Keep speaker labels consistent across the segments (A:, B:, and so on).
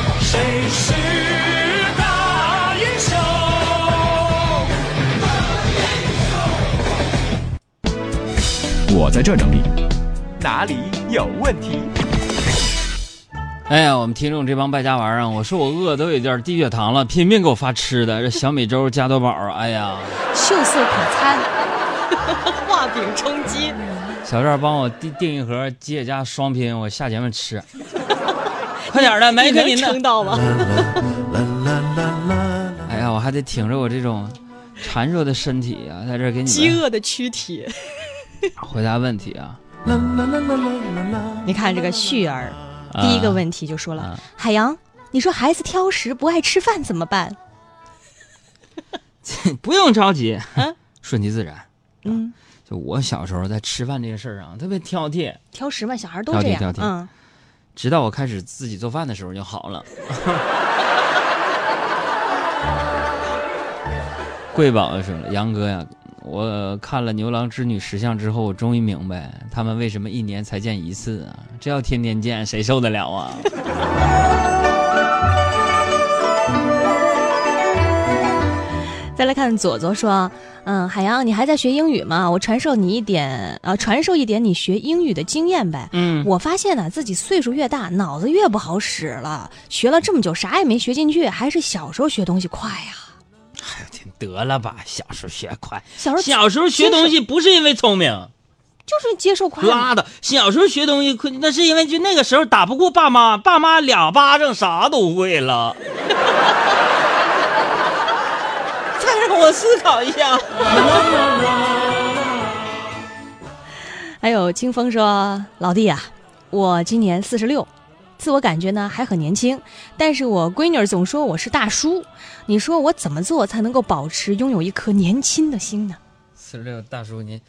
A: 你是大英雄。
B: 我在这整理。
C: 哪里有问题？
D: 哎呀，我们听众这帮败家玩意儿啊，我说我饿都有点低血糖了，拼命给我发吃的，这小米粥、加多宝，哎呀，
E: 秀色可餐， 画饼充饥，
D: 小赵帮我订订一盒吉野家双拼，我下节目 吃。快点儿的，没给
E: 你
D: 您嗯
E: 能撑
D: 的。
E: 到吗？
D: 哎呀，我还得挺着我这种孱弱的身体啊，在这儿给你
E: 饥
D: 们
E: 饿的躯体。
D: 回答问题啊。
E: 你看这个旭儿，第一个问题就说了：“
D: 啊
E: 海洋，你说孩子挑食不爱吃饭怎么办
D: 题，不用着急，顺其自然。？”
E: 啊嗯，
D: 就我小时候在吃饭这个事儿上特别挑剔，
E: 挑食嘛，小孩都
D: 挑剔
E: 这样
D: 挑。剔
E: 嗯，
D: 直到我开始自己做饭的时候就好了。贵宝说了：“杨哥呀，我看了《牛郎织女》十项之后，我终于明白他们为什么一年才见一次啊！这要天天见，谁受得了啊？”
E: 再来看左左说：“嗯，海洋，你还在学英语吗？我传授你一点，啊，传授一点你学英语的经验呗。”
D: 嗯，
E: 我发现呢、自己岁数越大，脑子越不好使了。学了这么久，啥也没学进去，还是小时候学东西快呀、
D: 得了吧，小时候学快，
E: 小时候
D: 小时候学东西不是因为聪明，
E: 就是接受快嘛。
D: 拉倒。小时候学东西快，那是因为就那个时候打不过爸妈，爸妈俩巴掌啥都会了。 再让我思考一下。
E: 还有清风说：“老弟啊，我今年四十六，自我感觉呢还很年轻，但是我闺女儿总说我是大叔，你说我怎么做才能够保持拥有一颗年轻的心呢？
D: 四十六大叔您，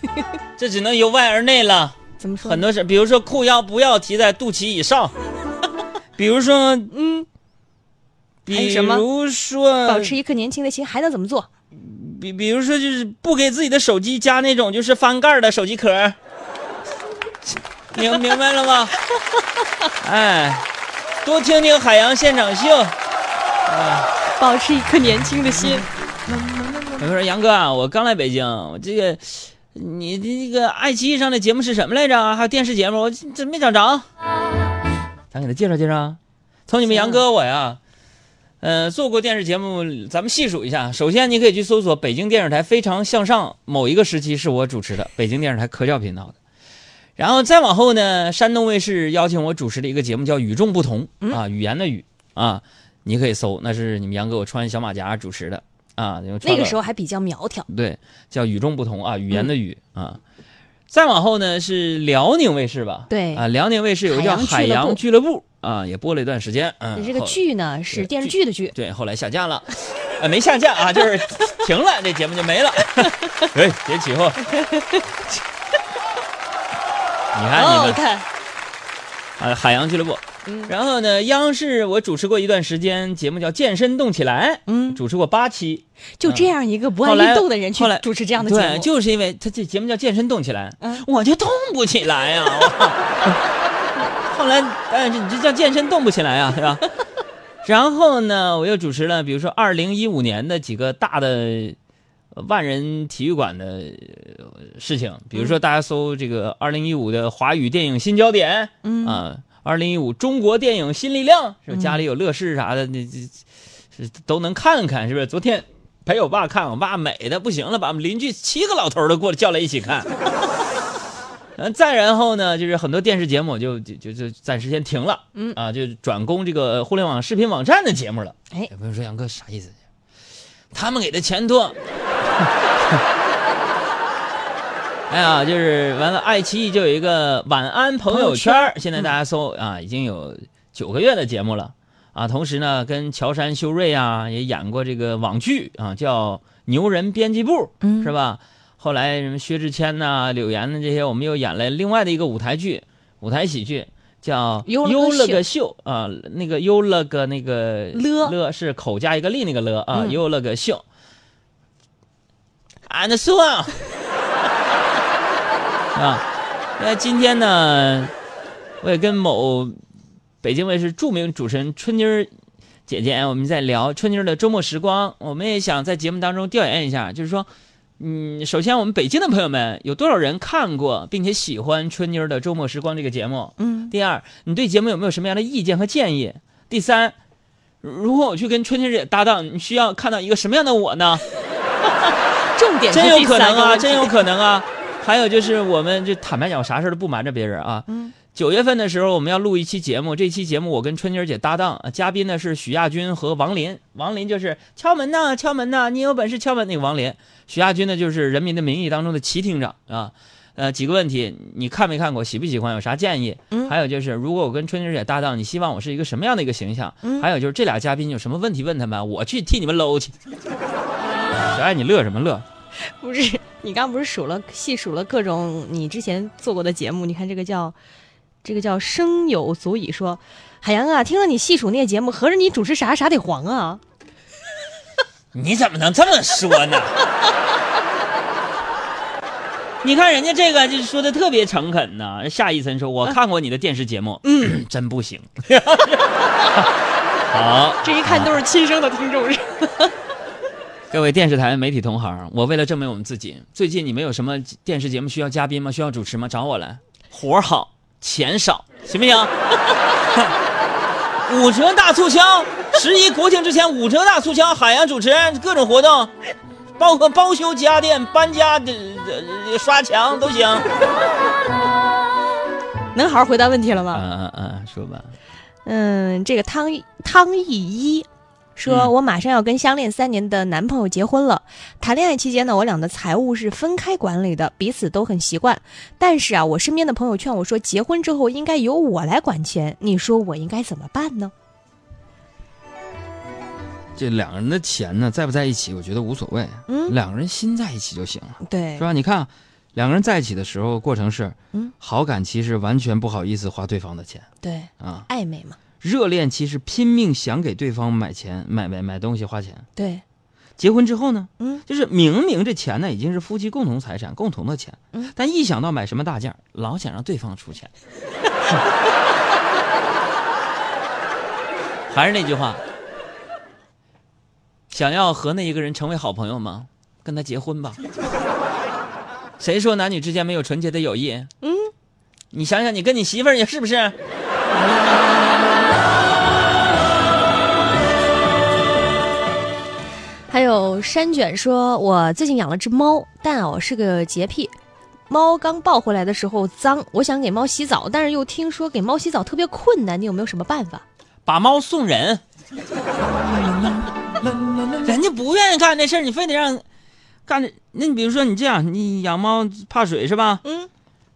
D: 这只能由外而内了。
E: 怎么说
D: 很
E: 呢？
D: 多事，比如说裤腰不要提在肚脐以上，比如说嗯，
E: 还有
D: 比
E: 什么
D: 如说
E: 保持一颗年轻的心还能怎么做？
D: 比比如说就是不给自己的手机加那种就是翻盖的手机壳儿，明明白了吗？哎，多听听海洋现场秀。
E: 保持一颗年轻的心。
D: 我说杨哥啊，我刚来北京，我这个你这个爱奇艺上的节目是什么来着？啊还有电视节目，我这这没找着。咱给他介绍介绍，从你们杨哥我呀，嗯、做过电视节目，咱们细数一下。首先，你可以去搜索北京电视台《非常向上》，某一个时期是我主持的北京电视台科教频道的。然后再往后呢，山东卫视邀请我主持的一个节目叫《与众不同》
E: 嗯
D: 啊，语言的语啊，你可以搜，那是你们杨哥我穿小马甲主持的啊。
E: 那个时
D: 候。
E: 候还比较苗条，
D: 对，叫与众不同啊，语言
E: 嗯
D: 的语、啊。再往后呢是辽宁卫视吧？
E: 对
D: 啊，辽宁卫视有个叫
E: 海
D: 海
E: 洋
D: 洋俱乐部啊，也播了一段时间。嗯、
E: 这个
D: 后
E: 剧呢是
D: 对
E: 电视剧的剧。
D: 对，后来下架了，呃，没下架啊，就是停了，这节目就 没了。哎，别起哄。哎你看你
E: 哦，
D: 们
E: 我看
D: 啊，海洋俱乐部。
E: 嗯
D: 然后呢，央视我主持过一段时间节目叫《健身动起来》，
E: 嗯
D: 主持过八期。
E: 就这样一个不爱
D: 后来
E: 运动的人去
D: 后来
E: 主持这样的节目，
D: 对，就是因为他这节目叫健身动起来，
E: 嗯
D: 我就动不起来呀、我后来，哎，这你这叫健身动不起来啊呀、是吧？ 然后呢，我又主持了，比如说二零一五年的几个大的呃万人体育馆的呃事情，比如说大家搜这个二零一五的华语电影新焦点，
E: 嗯
D: 啊，二零一五中国电影新力量，是吧？家里有乐视啥的，那这是都能看看，是不是？昨天陪我爸看，我爸美的不行了，把我们邻居七个老头儿都过来叫来一起看。嗯，再然后呢，就是很多电视节目就就就就暂时先停了，
E: 嗯
D: 啊，就转攻这个互联网视频网站的节目了。
E: 哎
D: 有朋友说杨哥啥意思？他们给的钱多。哎呀，就是完了，爱奇艺就有一个晚安朋友圈儿，现在大家搜啊，已经有九个月的节目了啊。同时呢，跟乔杉、修睿啊也演过这个网剧啊，叫《牛人编辑部》，
E: 嗯
D: 是吧？后来什么薛之谦呐、柳岩呐这些，我们又演了另外的一个舞台剧、舞台喜剧，叫《
E: 优
D: 优
E: 了个
D: 了个秀》啊，那个优了个那个
E: 了
D: 了是口加一个力那个了啊，
E: 嗯
D: 优了个秀。俺说啊，啊，那今天呢，我也跟某北京卫视著名主持人春妮儿姐姐，哎我们在聊春妮的周末时光，我们也想在节目当中调研一下，就是说，嗯，首先我们北京的朋友们有多少人看过并且喜欢春妮的周末时光这个节目？
E: 嗯，
D: 第二，你对节目有没有什么样的意见和建议？第三，如果我去跟春妮姐搭档，你需要看到一个什么样的我呢？
E: 重点是
D: 真有
E: 第
D: 可
E: 三
D: 能
E: 个
D: 啊，
E: 问题
D: 真有可能啊。还有就是，我们就坦白讲，我啥事儿都不瞒着别人啊。
E: 嗯。
D: 九月份的时候，我们要录一期节目，这期节目我跟春妮儿姐搭档，啊嘉宾呢是许亚军和王林。王林就是敲门呐，敲门呐，你有本事敲门那个王林。许亚军呢就是《人民的名义》当中的齐厅长啊。呃，几个问题，你看没看过，喜不喜欢，有啥建议？
E: 嗯
D: 还有就是，如果我跟春妮儿姐搭档，你希望我是一个什么样的一个形象？
E: 嗯
D: 还有就是这俩嘉宾有什么问题问他们，我去替你们搂去。 小爱，你乐什么乐？
E: 不是， 你刚不是数了细数了各种你之前做过的节目？你看这个叫，这个叫生有足以说，海洋啊，听了你细数那些节目，合着你主持啥啥得黄啊？
D: 你怎么能这么说呢？你看人家这个就是说的特别诚恳呐。夏一森说：“我看过你的电视节目，嗯， 真不行。”好，
E: 这一看都是亲生的听众，是吧
D: 各位电视台媒体同行，我为了证明我们自己，最近你们有什么电视节目需要嘉宾吗？需要主持吗？找我来，活儿好，钱少，行不行？ 五折大促销，十一国庆之前五折大促销，海洋主持各种活动，包括包修家电、搬家、呃呃刷墙都行。
B: 啊
E: 能好好回答问题了吗？
B: 啊
D: 嗯嗯嗯，说吧。
E: 嗯，这个汤汤艺一说，
D: 嗯
E: 我马上要跟相恋三年的男朋友结婚了。谈恋爱期间呢，我俩的财务是分开管理的，彼此都很习惯。但是啊，我身边的朋友劝我说，结婚之后应该由我来管钱。你说我应该怎么办呢？
B: 这两个人的钱呢，在不在一起，我觉得无所谓，
E: 嗯，
B: 两个人心在一起就行了，
E: 对
B: 是，吧？你看啊，两个人在一起的时候，过程是
E: 嗯，
B: 好感期是完全不好意思花对方的钱
E: 对，
B: 啊，
E: 暧昧嘛，
B: 热恋期是拼命想给对方买钱、买买买东西花钱。
E: 对，
B: 结婚之后呢，
E: 嗯，
B: 就是明明这钱呢已经是夫妻共同财产、共同的钱，
E: 嗯
B: 但一想到买什么大件儿，老想让对方出钱。
D: 还是那句话，想要和那一个人成为好朋友吗？跟他结婚吧。谁说男女之间没有纯洁的友谊？嗯，你想想，你跟你媳妇儿也是不是？
E: 还有山卷说，我最近养了只猫，但啊我是个洁癖。猫刚抱回来的时候脏，我想给猫洗澡，但是又听说给猫洗澡特别困难，你有没有什么办法？
D: 把猫送人，人家不愿意干这事儿，你非得让干这。那你比如说你这样，你养猫怕水是吧？
E: 嗯，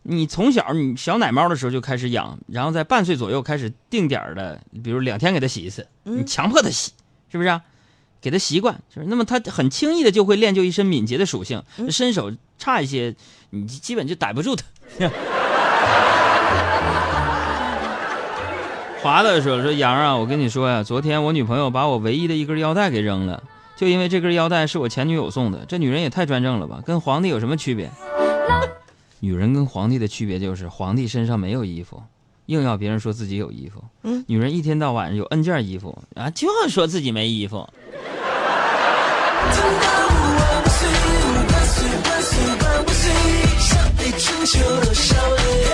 B: 你从小你小奶猫的时候就开始养，然后在半岁左右开始定点的，比如两天给它洗一次，
E: 嗯
B: 你强迫它洗，是不是、啊？给它习惯，就是那么它很轻易的就会练就一身敏捷的属性，身手差一些，你基本就逮不住它。 华子说：“说杨啊，我跟你说呀、昨天我女朋友把我唯一的一根腰带给扔了，就因为这根腰带是我前女友送的，这女人也太专政了吧，跟皇帝有什么区别？”女人跟皇帝的区别就是，皇帝身上没有衣服，硬要别人说自己有衣服。
E: 嗯，
B: 女人一天到晚有 N 件衣服，
D: 啊，就要说自己没衣服。
F: 万岁万岁万万岁！向北春秋的少年。